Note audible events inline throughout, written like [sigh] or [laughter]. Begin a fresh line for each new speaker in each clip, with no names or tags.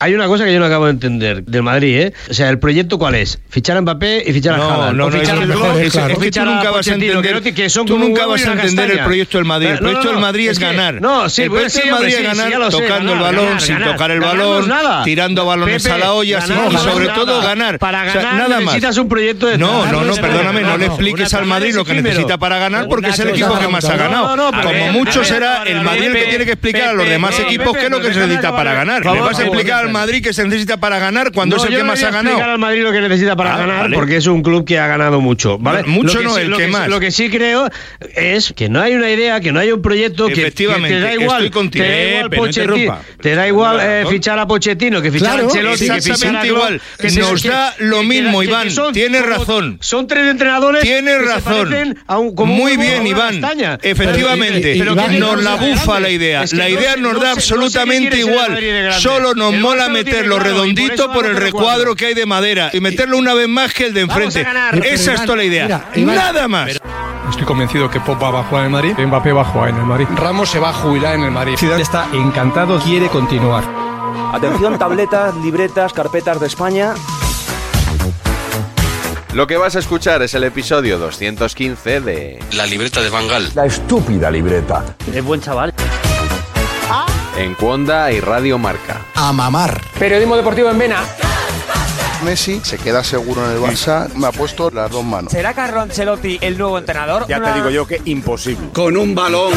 Hay una cosa que yo no acabo de entender del Madrid, ¿eh? O sea, el proyecto cuál es? Fichar a Mbappé y fichar a
No,
Haaland.
no,
o
no,
fichar
es
a
que
Kroos,
no, es-
o
es que
fichar
tú
a
nunca vas a
Pochettino,
entender-
que no- que son
tú
como un
nunca
huevo y
vas a
una
entender el
castaña.
proyecto del Madrid. El
No,
proyecto
no,
del
no,
Madrid es
que-
ganar.
No, sí,
El
bueno,
proyecto
sí,
del
hombre,
Madrid
sí,
es
sí,
ganar,
ya lo sé,
tocando el
ganar,
balón,
ganar,
sin
ganar.
tocar el
Ganarnos
balón,
nada.
tirando balones
Pepe,
a la olla, sin-
ganarnos
y sobre
nada.
todo ganar.
Para
O sea,
ganar
nada más.
necesitas un proyecto de
No, no,
Ganar
no,
es-
perdóname, no le
no,
expliques
una
al
cosa
Madrid
es
lo que
efímero.
necesita para ganar porque
Una
es el
cosa
equipo
es
que más ha
ganar.
ganado.
No, no, pero-
Como
a
mucho
ver,
será el
Pepe,
Madrid el que
Pepe,
tiene que explicar a los demás
Pepe,
equipos qué es lo que
Pepe,
se necesita
Pepe,
para ganar. Le
Favor,
vas a
favor,
explicar al
Pepe.
Madrid que se necesita para ganar cuando
No,
es el
yo
que
no
más
voy a
ha
explicar
ganado.
al Madrid lo que necesita para
Ah,
ganar,
vale.
porque es un club que ha ganado mucho, ¿vale?
No, mucho
Lo que
no, el
lo
que más.
Lo que sí creo es que no hay una idea, que no hay un proyecto que, que
Efectivamente,
te da
estoy
igual,
contigo.
te da
Eh,
igual,
pero no
Pochetti-
interrumpa.
te da igual
Tienes
eh,
razón.
fichar a Pochettino, que fichar
Claro,
a Ancelotti, que fichar a
exactamente
Klopp,
igual.
que se-
Nos
que-
da lo
que-
mismo,
que- que
Iván.
son
Tienes
como-
razón.
Son tres entrenadores
Tienes
que se
razón.
parecen a un- como un
Muy
huevo a
bien,
una
Iván.
castaña.
Efectivamente.
Pero- Iván,
¿qué
nos
Iván,
la
queremos
Iván,
bufa
grande?
la idea.
Es que
la
no
idea
sé-
nos
no
da
sé- no sé qué
absolutamente
quiere ser
igual.
Madrid de grande.
Solo nos
El Barça
mola
lo tiene
meterlo
claro, y por eso
redondito
va
por el
cuatro por
recuadro
cuatro.
que hay de madera y meterlo una vez más que el de
Eh, Vamos a
enfrente.
ganar.
Pero
Esa es
Iván,
toda la idea.
mira, Iván,
Nada más.
Estoy convencido que Pop va a jugar en el Madrid, Mbappé va a jugar en el Madrid, Ramos se va a jubilar en el Madrid. Ciudad está encantado, quiere continuar.
Atención, tabletas, libretas, carpetas de España.
Lo que vas a escuchar es el episodio 215 de
La libreta de Bangal.
La estúpida libreta.
Es buen chaval.
En Cuonda y Radio Marca.
A mamar.
Periodismo deportivo en Vena.
Messi se queda seguro en el Barça. Me ha puesto las dos manos.
¿Será Carlo Ancelotti el nuevo entrenador?
Ya te digo yo que imposible.
Con un balón.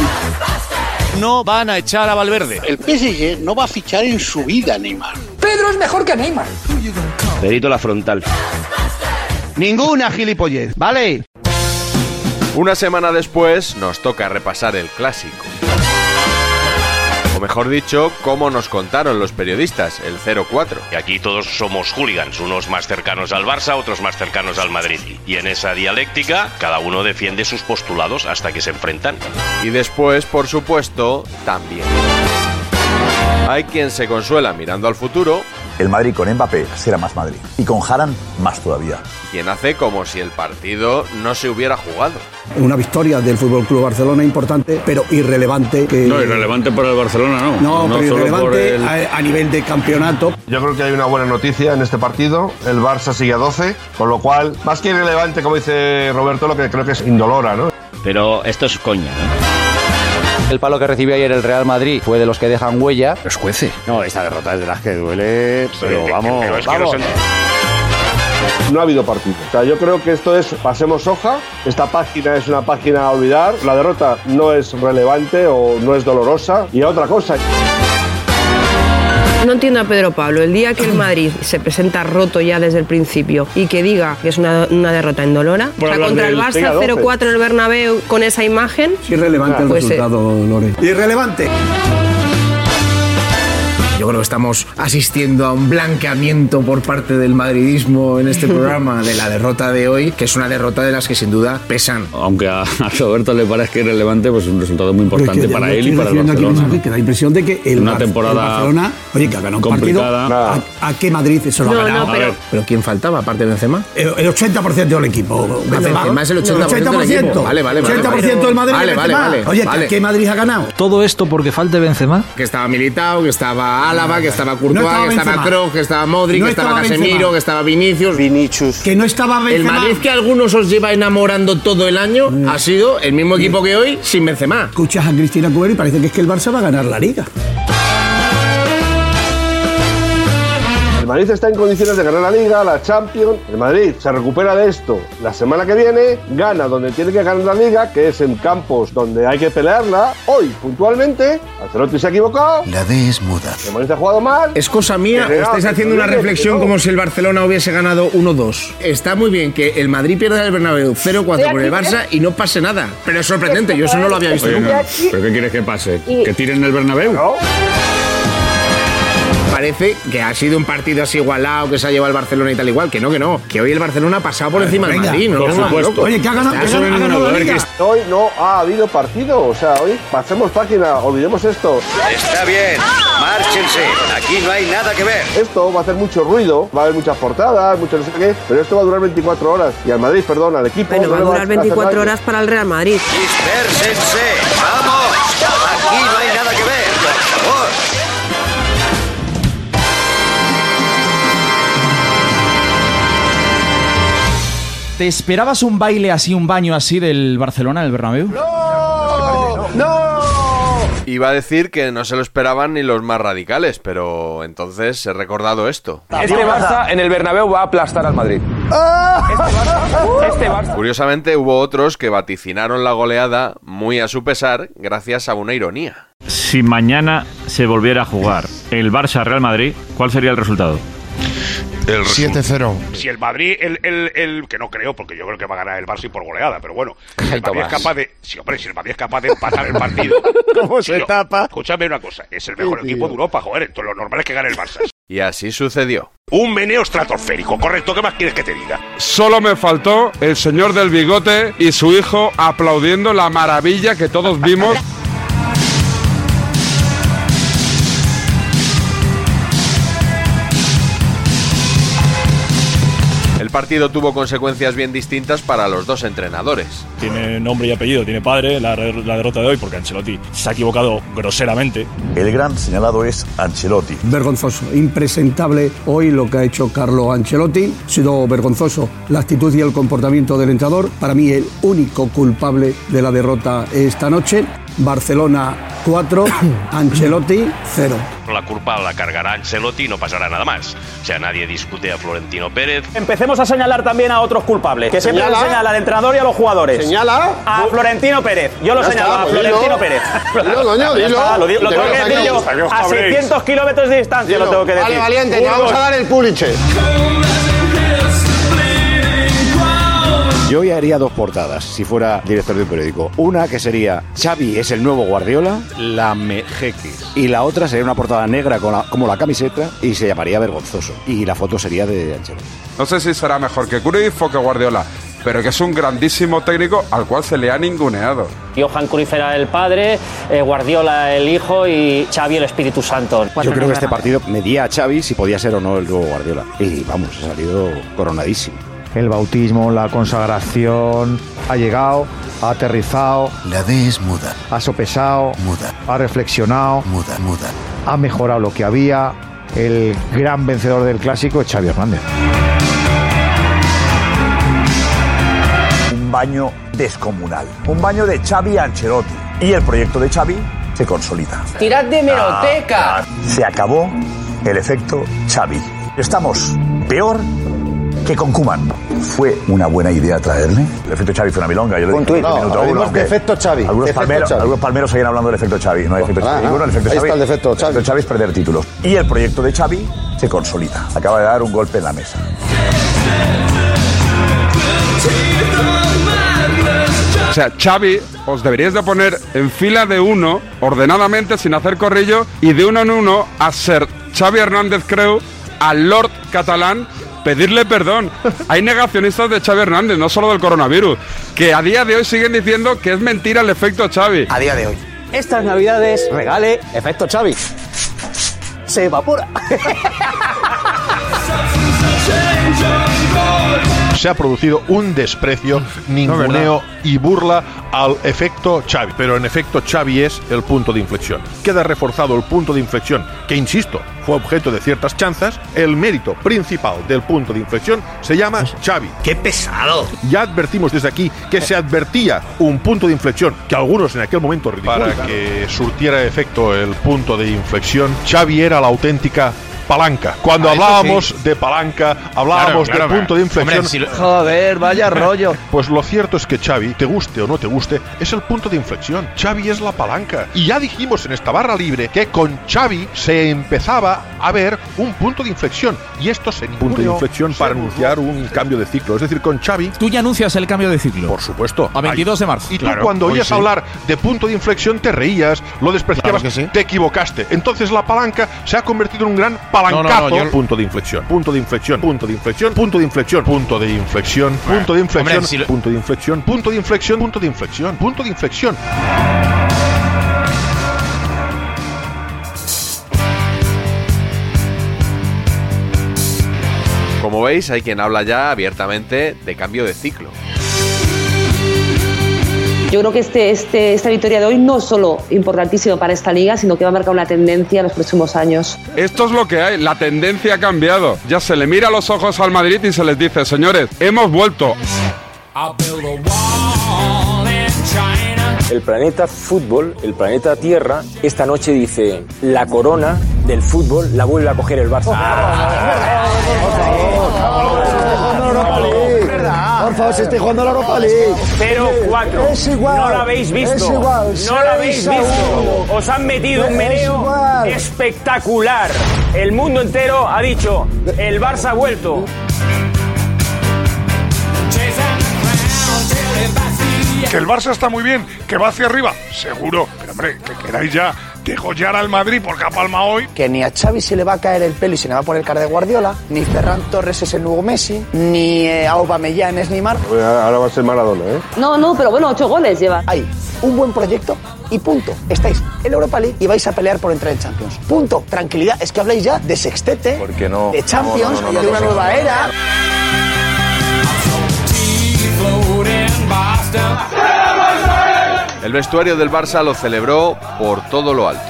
No van a echar a Valverde.
El PSG no va a fichar en su vida, Neymar.
Pedro es mejor que Neymar.
Perito la frontal.
Ninguna gilipollez, ¿vale?
Una semana después nos toca repasar el clásico. O mejor dicho, cómo nos contaron los periodistas, el 04.
Y aquí todos somos hooligans, unos más cercanos al Barça, otros más cercanos al Madrid. Y en esa dialéctica, cada uno defiende sus postulados hasta que se enfrentan.
Y después, por supuesto, también. Hay quien se consuela mirando al futuro,
El Madrid con Mbappé será más Madrid. Y con Haran, más todavía.
quien hace como si el partido no se hubiera jugado.
Una victoria del Fútbol Club Barcelona importante, pero irrelevante. Que... No, irrelevante para el Barcelona, no. No, pero irrelevante a, a nivel de campeonato.
Yo creo que hay una buena noticia en este partido. El Barça sigue a 12, con lo cual, más que irrelevante, como dice Roberto, lo que creo que es indolora, ¿no?
Pero esto es coña, ¿eh? ¿no?
El palo que recibió ayer el Real Madrid fue de los que dejan huella.
Los jueces.
No, esta derrota es de las que duele,
pero vamos, vamos.
No ha habido partido. O sea, yo creo que esto es pasemos hoja. Esta página es una página a olvidar. La derrota no es relevante o no es dolorosa. Y otra cosa.
No entiendo a Pedro Pablo. El día que el Madrid se presenta roto ya desde el principio y que diga que es una, una derrota indolora, o sea, contra el Barça 0-4 en el Bernabéu con esa imagen,
Irrelevante el
Pues, eh,
resultado, Lore. Irrelevante.
Yo creo que estamos asistiendo a un blanqueamiento por parte del madridismo en [laughs] este programa de la derrota de hoy, que es una derrota de las que sin duda pesan.
Aunque a, [laughs] a Roberto le parezca irrelevante, pues un resultado muy
Pero es que
importante
ya
para
lo
él y
estoy
para el
refiriendo aquí
Barcelona.
mismo, que da la impresión de que el,
Una
Bar-
temporada
el Barcelona
Oye, que ha ganado un partido.
Complicada.
¿A, a qué Madrid se lo ha
No, no,
ganado?
pero- A ver.
¿quién faltaba aparte de Benzema? El, el 80% del equipo. Benzema.
Benzema es el 80% del equipo. Vale, vale, vale,
80%
vale.
del
Vale,
Madrid.
vale,
Benzema.
vale,
Oye, ¿que
vale.
¿a qué Madrid ha ganado?
Todo esto porque falte Benzema. Que estaba Militao, que estaba Álava, que estaba Courtois,
No estaba
que estaba
Benzema.
Kroos, que estaba Modric,
No
que estaba,
estaba
Casemiro,
Benzema.
que estaba Vinicius. Vinicius.
Que no estaba Benzema. Mm.
El Madrid que a algunos os lleva enamorando todo el año ha sido el mismo equipo que hoy sin Benzema.
Escuchas a Cristina Cubero y parece que es que el Barça va a ganar la Liga.
El Madrid está en condiciones de ganar la Liga, la Champions. El Madrid se recupera de esto la semana que viene, gana donde tiene que ganar la Liga, que es en campos donde hay que pelearla. Hoy, puntualmente, Ancelotti se ha equivocado.
La D es muda.
El Madrid ha jugado mal.
Es cosa mía,
Que
o estáis
no,
haciendo
que
una
no, que
reflexión
no.
como si el Barcelona hubiese ganado 1-2. Está muy bien que el Madrid pierda el Bernabéu 0-4 por el Barça y no pase nada. Pero es sorprendente, yo eso no lo había visto
Oye,
nunca.
no, ¿Pero qué quieres que pase?
Y-
¿Que tiren el Bernabéu?
Parece que ha sido un partido así igualado, que se ha llevado el Barcelona y tal igual. Que no, que no. Que hoy el Barcelona ha pasado por encima del
Venga,
Madrid. No,
por
nos volvamos
supuesto.
locos.
Oye, que ha ganado-
Está
que ha-
sobre
ha
ninguna
ganado la
duda.
Liga. Hoy no ha habido partido, o sea, hoy pasemos página, olvidemos esto.
Está bien, márchense. Aquí no hay nada que ver.
Esto va a hacer mucho ruido, va a haber muchas portadas, mucho no sé qué, pero esto va a durar 24 horas. Y al Madrid, perdón, al
eh,
equipo.
Bueno,
no
va a
le
durar
hacer
24
daño.
horas para el Real Madrid.
Dispersense. Vamos. Aquí no hay nada que ver. Por favor.
¿Te esperabas un baile así, un baño así del Barcelona, del Bernabéu?
Iba a decir que no se lo esperaban ni los más radicales, pero entonces he recordado esto.
Este Barça en el Bernabéu va a aplastar al Madrid.
¡Ah!
Este Barça.
Curiosamente hubo otros que vaticinaron la goleada muy a su pesar gracias a una ironía.
Si mañana se volviera a jugar el Barça-Real Madrid, ¿cuál sería el resultado? El
7-0.
Si el Madrid, el, el, el- que no creo, porque yo creo que va a ganar el Barça y por goleada, pero bueno, si el Madrid es
Tomás.
capaz de, si hombre, si el Madrid es capaz de empatar el partido,
¿Cómo
se tapa? Escúchame una cosa, es el mejor equipo de Europa, joder, entonces lo normal es que gane el Barça.
Y así sucedió.
Un meneo estratosférico, correcto, ¿qué más quieres que te diga?
Solo me faltó el señor del bigote y su hijo aplaudiendo la maravilla que todos vimos.
El partido tuvo consecuencias bien distintas para los dos entrenadores.
Tiene nombre y apellido, tiene padre la, la derrota de hoy porque Ancelotti se ha equivocado groseramente.
El gran señalado es Ancelotti. Vergonzoso, impresentable hoy lo que ha hecho Carlo Ancelotti. Ha sido vergonzoso la actitud y el comportamiento del entrenador. Para mí el único culpable de la derrota esta noche. Barcelona 4, Ancelotti 0.
La culpa la cargará Ancelotti y no pasará nada más. O sea, nadie discute a Florentino Pérez.
Empecemos a señalar también a otros culpables. Que siempre
Señala.
se señala al entrenador y a los jugadores. Señala. A Florentino Pérez. Yo lo
Ya
señalo,
está,
a
pues
Florentino
dilo.
Pérez.
Dilo,
[laughs]
coño,
Ya
dilo.
está, Lo, digo- lo
Te
tengo
lo
que
saco.
decir yo.
Saca los
A
cabréis.
600 kilómetros de distancia lo tengo que decir. Burgos.
el puliche. Yo hoy haría dos portadas si fuera director de un periódico. Una que sería Xavi es el nuevo Guardiola, la Mejeques. Y la otra sería una portada negra con la- como la camiseta y se llamaría Vergonzoso. Y la foto sería de Ancelotti.
No sé si será mejor que Cruyff o que Guardiola, pero que es un grandísimo técnico al cual se le ha ninguneado.
Johan Cruyff era el padre, eh, Guardiola el hijo y Xavi el Espíritu Santo.
Yo creo que este partido medía a Xavi si podía ser o no el nuevo Guardiola. Y vamos, ha salido coronadísimo.
El bautismo, la consagración, ha llegado, ha aterrizado. La D es muda. Ha sopesado. Muda. Ha reflexionado. Muda, muda. Ha mejorado lo que había. El gran vencedor del clásico es Xavi Hernández.
un baño descomunal, un baño de Xavi Ancelotti. Y el proyecto de Xavi se consolida.
Tirad de hemeroteca.
Ah,
Se acabó el efecto Xavi. Estamos peor que con Kuman. ¿Fue una buena idea traerle? El efecto Xavi fue una milonga. Yo lo
Un
dije
tuit.
en el
No,
minuto
hablemos
uno,
de
aunque
efecto Xavi,
Algunos,
de efecto
palmeros,
Xavi.
algunos palmeros seguían hablando del efecto Xavi. No hay efecto
Ah,
Xavi
ah,
ninguno, el efecto
ahí
Xavi.
está el efecto
El efecto Xavi es perder títulos. Y el proyecto de Xavi se consolida. Acaba de dar un golpe en la mesa.
O sea, Xavi, os deberíais de poner en fila de uno, ordenadamente, sin hacer corrillo, y de uno en uno a ser Xavi Hernández Creu, al Lord catalán,
[laughs]
pedirle perdón. Hay negacionistas de Xavi Hernández, no solo del coronavirus, que a día de hoy siguen diciendo que es mentira el efecto Xavi. A día de hoy.
Estas navidades regale efecto Xavi.
se
[laughs]
evapora.
Se ha producido un desprecio, ninguneo y burla al efecto Xavi. Pero en efecto Xavi es el punto de inflexión. Queda reforzado el punto de inflexión, que insisto, fue objeto de ciertas chanzas. El mérito principal del punto de inflexión se llama Xavi. Pues, ¡Qué pesado! Ya advertimos desde aquí que se advertía un punto de inflexión que algunos en aquel momento ridiculizaron. Para que surtiera efecto el punto de inflexión, Xavi era la auténtica palanca. Cuando
Ah, eso
hablábamos
sí.
de palanca, hablábamos
Claro, claro,
del punto de inflexión.
hombre, si lo-
Joder, [laughs] vaya rollo. Pues lo cierto es que Xavi, te guste o no te guste, es el punto de inflexión. Xavi es la palanca. Y ya dijimos en esta barra libre que con Xavi se empezaba a ver un punto de inflexión. Y esto se Punto de inflexión para anunciar un cambio de ciclo. Es decir, con Xavi.
Tú ya anuncias el cambio de ciclo.
Por supuesto.
A 22 de marzo.
Y tú cuando oías hablar de punto de inflexión te reías, lo despreciabas,
Claro que sí.
te equivocaste. Entonces la palanca se ha convertido en un gran palancazo.
No, no, no, yo-
Punto de inflexión, punto de inflexión, punto de inflexión, punto de inflexión, punto de inflexión, punto de inflexión,
Hombre, si lo-
punto de inflexión, punto de inflexión, punto de inflexión, punto de inflexión.
Como veis, hay quien habla ya abiertamente de cambio de ciclo.
Yo creo que este, este, esta victoria de hoy no es solo importantísima para esta liga, sino que va a marcar una tendencia en los próximos años.
Esto es lo que hay, la tendencia ha cambiado. Ya se le mira a los ojos al Madrid y se les dice, señores, hemos vuelto.
El planeta fútbol, el planeta Tierra, esta noche dice, la corona del fútbol la vuelve a coger el Barça.
Por favor, se está jugando la Europa League.
0-4.
Es igual.
No la habéis visto.
Es igual.
No la habéis
Seis a
visto.
uno.
Os han metido un
Es
meneo
igual.
espectacular. El mundo entero ha dicho, el Barça ha vuelto.
Que el Barça está muy bien, que va hacia arriba, seguro. Pero hombre, que queráis ya degollar al Madrid porque ha palmado hoy.
Que ni a Xavi se le va a caer el pelo y se le va a poner cara de Guardiola, ni Ferran Torres es el nuevo Messi, ni eh, Aubameyang es Neymar.
Ahora va a ser Maradona, ¿eh?
No, no, pero bueno, ocho goles lleva.
Hay un buen proyecto y punto. Estáis en la Europa League y vais a pelear por entrar en Champions. Punto. Tranquilidad. Es que habláis ya de sextete,
Porque no.
de Champions,
No, no, no, no,
de una
no, no.
nueva era.
El vestuario del Barça lo celebró por todo lo alto.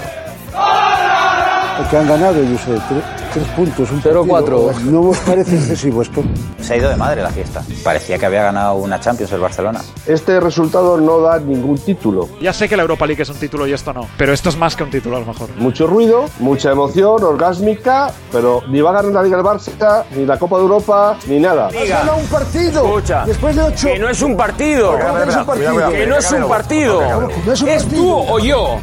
que han ganado, yo sé, tres, tres puntos, un 0-4. No os parece excesivo esto.
ah. Se ha ido de madre la fiesta. Parecía que había ganado una Champions el Barcelona.
Este resultado no da ningún título.
Ya sé que la Europa League es un título y esto no, pero esto es más que un título a lo mejor.
Mucho ruido, mucha emoción, orgásmica, pero ni va a ganar la Liga del Barça, ni la Copa de Europa, ni nada.
Liga.
Solo un partido. Después de ocho.
Que no es un partido.
Espera, espera, espera, cuidado, cuidado.
Que no es un partido.
¿Cómo
Es tú o yo.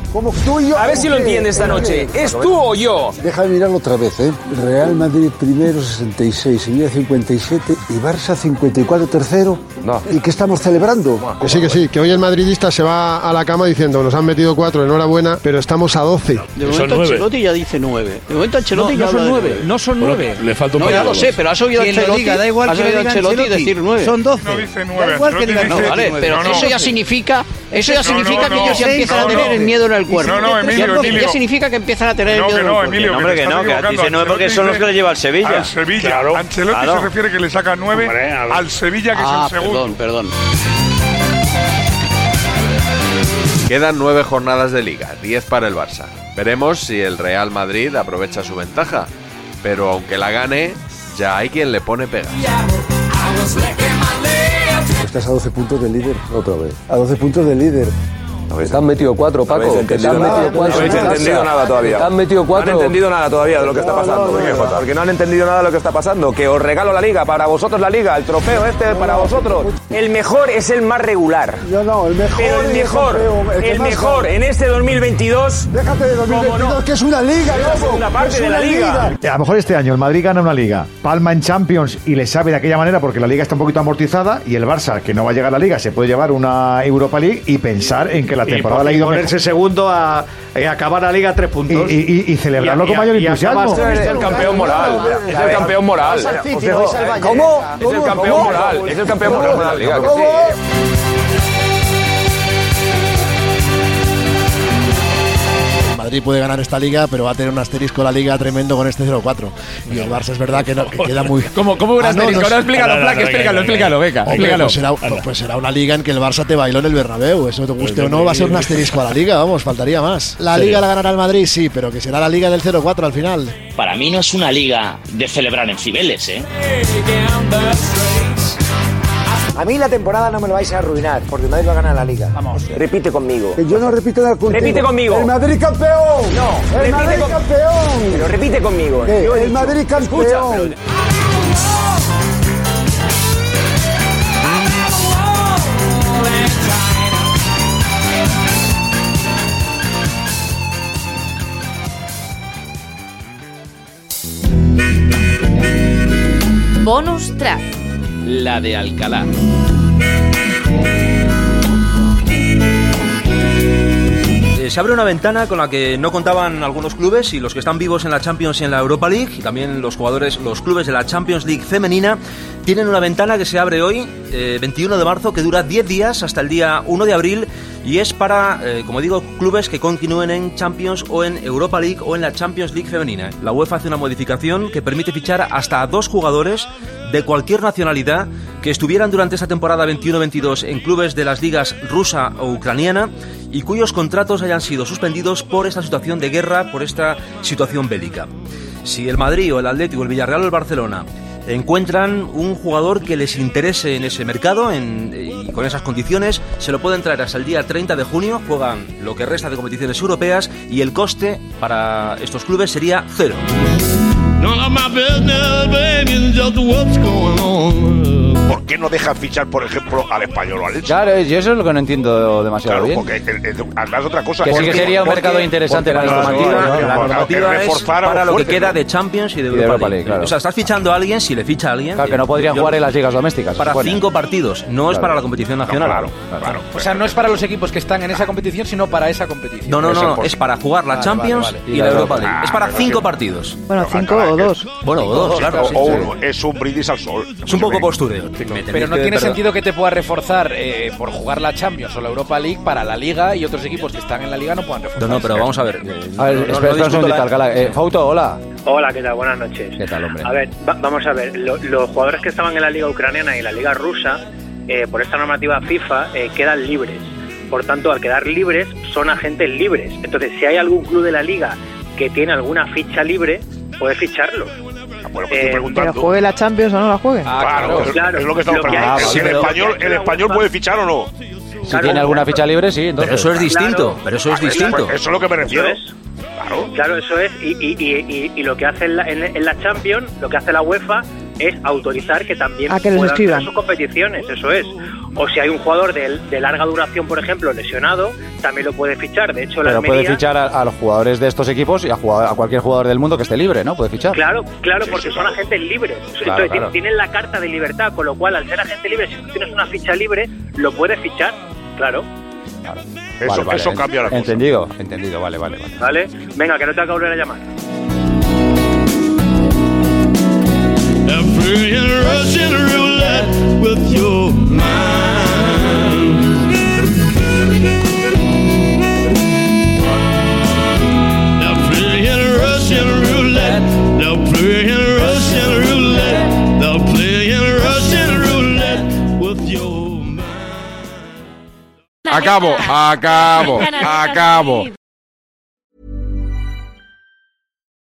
A ver si lo entiendes esta noche. Es tú o yo.
Deja de mirarlo otra vez, ¿eh? Real Madrid primero, 66, Sevilla 57 y Barça 54 tercero. ¿Y qué estamos celebrando? Que sí, que sí, que hoy el madridista se va a la cama diciendo nos han metido cuatro, enhorabuena, pero estamos a 12.
De momento Ancelotti ya dice 9. De momento Ancelotti
No,
ya
no
habla
son
de
nueve,
nueve.
no son
Bueno,
nueve.
Le falta un
No, ya
partido.
lo sé, pero ha subido
Quien lo
Ancelotti,
diga, da igual
ha
que lo
subido
diga
Ancelotti
Ancelotti
decir
decir
nueve.
9.
Son doce.
No
dice
Da igual que
Ancelotti
diga nueve.
dice
vale,
nueve.
pero
No, no.
eso ya significa, eso
No,
ya
no, no.
significa que ellos ya
Seis,
empiezan
no,
a tener
no.
el miedo en el cuerpo.
No, no, Emilio,
ya, entonces
Emilio.
ya significa que empiezan a tener
No,
el
que
miedo en el
no,
cuerpo.
Emilio, que
No, hombre,
te
que
estás
no, que
equivocando.
dice 9 porque son los que le lleva al Sevilla.
Al Sevilla.
Claro.
Ancelotti
Claro.
se refiere que le saca nueve
Hombre,
al Sevilla, que
Ah,
es el segundo.
Perdón, perdón.
Quedan nueve jornadas de liga, 10 para el Barça. Veremos si el Real Madrid aprovecha su ventaja, pero aunque la gane, ya hay quien le pone pega.
Estás a 12 puntos del líder. Otra vez. A 12 puntos del líder. Te han metido cuatro,
Paco, que te han metido cuatro. No habéis entendido nada todavía. Te han metido cuatro. No han entendido nada todavía de lo que está pasando. Porque, porque no han entendido nada de lo que está pasando. Que os regalo la liga, para vosotros la liga, el trofeo este para vosotros.
El mejor es el más regular.
Yo no, el mejor.
Pero el
es
mejor,
campeón,
el,
que más
mejor
gana.
en este 2022.
Déjate de
2022,
que es una liga,
Es la segunda
loco,
parte
es
de la
una
liga.
A lo mejor este año el Madrid gana una liga, palma en Champions y le sabe de aquella manera porque la liga está un poquito amortizada y el Barça, que no va a llegar a la liga, se puede llevar una Europa League y pensar en que la temporada le ha ido mejor.
segundo a acabar la liga a tres
Y, y- y- y celebrarlo
Y-
con
y-
mayor
y
entusiasmo.
acabaste-
Es el campeón moral. Es el campeón moral.
Vas al City,
Os dejo-
vais al Bayern.
¿Cómo?
Ah,
Es el
¿cómo?
campeón
¿Cómo?
moral. Es el campeón moral de la liga. que sí.
¿Cómo?
Madrid puede ganar esta liga, pero va a tener un asterisco la liga tremendo con este 0-4. Y el Barça es verdad que, no, que queda muy.
¿Cómo, cómo un
Ah, no,
asterisco?
no sé.
Ahora explícalo, Flack, explícalo, explícalo, venga,
Hombre,
explícalo.
Pues será, pues- pues será una liga en que el Barça te bailó en el Bernabéu. Eso te guste o no, va a ser un asterisco a la liga, vamos, faltaría más. La
Serio.
liga la ganará el Madrid, sí, pero que será la liga del 0-4 al final.
Para mí no es una liga de celebrar en Cibeles, ¿eh?
A mí la temporada no me lo vais a arruinar, porque el Madrid va a ganar la liga. Vamos. Repite conmigo.
Que yo no repito nada contigo.
Repite conmigo.
El Madrid campeón.
No,
el
repite
Madrid
con-
campeón.
Pero repite conmigo.
Eh,
Yo he
el
dicho-
Madrid campeón.
Escucha, pero-
Bonus track.
La de Alcalá.
Eh, Se abre una ventana con la que no contaban algunos clubes y los que están vivos en la Champions y en la Europa League, y también los jugadores, los clubes de la Champions League femenina, tienen una ventana que se abre hoy, eh, 21 de marzo, que dura 10 días hasta el día 1 de abril y es para, eh, como digo, clubes que continúen en Champions o en Europa League o en la Champions League femenina. La UEFA hace una modificación que permite fichar hasta a dos jugadores de cualquier nacionalidad que estuvieran durante esta temporada 21-22 en clubes de las ligas rusa o ucraniana y cuyos contratos hayan sido suspendidos por esta situación de guerra, por esta situación bélica. Si el Madrid o el Atlético, el Villarreal o el Barcelona encuentran un jugador que les interese en ese mercado en- y con esas condiciones, se lo pueden traer hasta el día 30 de junio, juegan lo que resta de competiciones europeas y el coste para estos clubes sería cero.
¿Por qué no dejan fichar, por ejemplo, al español o al Elche?
Claro, yo eso es lo que no entiendo demasiado
Claro,
bien.
porque el- el- además otra cosa.
Que sí que sería un
porque-
mercado interesante
porque-
para los
claro,
demás.
claro,
La
claro, claro,
normativa
es reforzar a
para
los
lo que
fuertes,
queda
¿no?
de Champions y de Y de Europa, Europa League. League, claro. O sea, estás fichando a alguien, si le ficha a alguien. Claro, que no podrían jugar en las ligas domésticas, se Para supone. cinco partidos, no es Claro. para la competición No, nacional. claro,
O sea, no es para los equipos que están en esa competición, sino para esa competición.
No, no, no, no, es para jugar la
Vale,
Champions
vale, Ah, vale.
y la Europa League. Ah, es para cinco partidos.
Bueno, cinco o dos.
Bueno, o dos, claro.
O uno, es un brindis al sol.
Es un poco postureo.
Pero no tiene sentido que te puedas reforzar eh, por jugar la Champions o la Europa League para la Liga y otros equipos que están en la Liga no puedan reforzar.
No, no, pero vamos a ver. A ver, espera, espera un segundito, Alcalá. Eh, Fauto, hola.
Hola, ¿qué tal? Buenas noches.
¿Qué tal, hombre?
A ver, va- vamos a ver, lo- los jugadores que estaban en la liga ucraniana y la liga rusa, eh, por esta normativa FIFA, eh, quedan libres. Por tanto, al quedar libres, son agentes libres. Entonces, si hay algún club de la liga que tiene alguna ficha libre, puede ficharlos.
Ah, pues
Eh,
Pero juegue la Champions o no la juegue.
Ah,
Claro, es- es lo que estamos
Lo que hay-
preguntando. Si el
pero-
español, el español puede fichar o no.
Si tiene alguna ficha libre, sí, entonces.
Pero eso es distinto,
Claro. pero eso es
Ah, eso-
distinto.
Eso es lo que me refiero.
Claro. eso es. Y, y- y- y- y lo que hace en la, en- en la Champions, lo que hace la UEFA es autorizar que también
Ah, que los
puedan hacer
escriban.
sus competiciones, eso es. O si hay un jugador de, de larga duración, por ejemplo, lesionado, también lo puede fichar. De hecho, la
Pero puede
Almería...
fichar a, a los jugadores de estos equipos y a, jugador- a cualquier jugador del mundo que esté libre, ¿no? Puede fichar.
Claro, claro, porque son agentes libres. Entonces
Claro, claro.
tien- tienen la carta de libertad, con lo cual al ser agente libre, si tú tienes una ficha libre, lo puedes fichar, claro.
Eso,
eso
cambia la cosa. Entendido, entendido, vale, vale, vale.
¿Vale? Venga, que no te va a volver a llamar.
Acabo, acabo, acabo.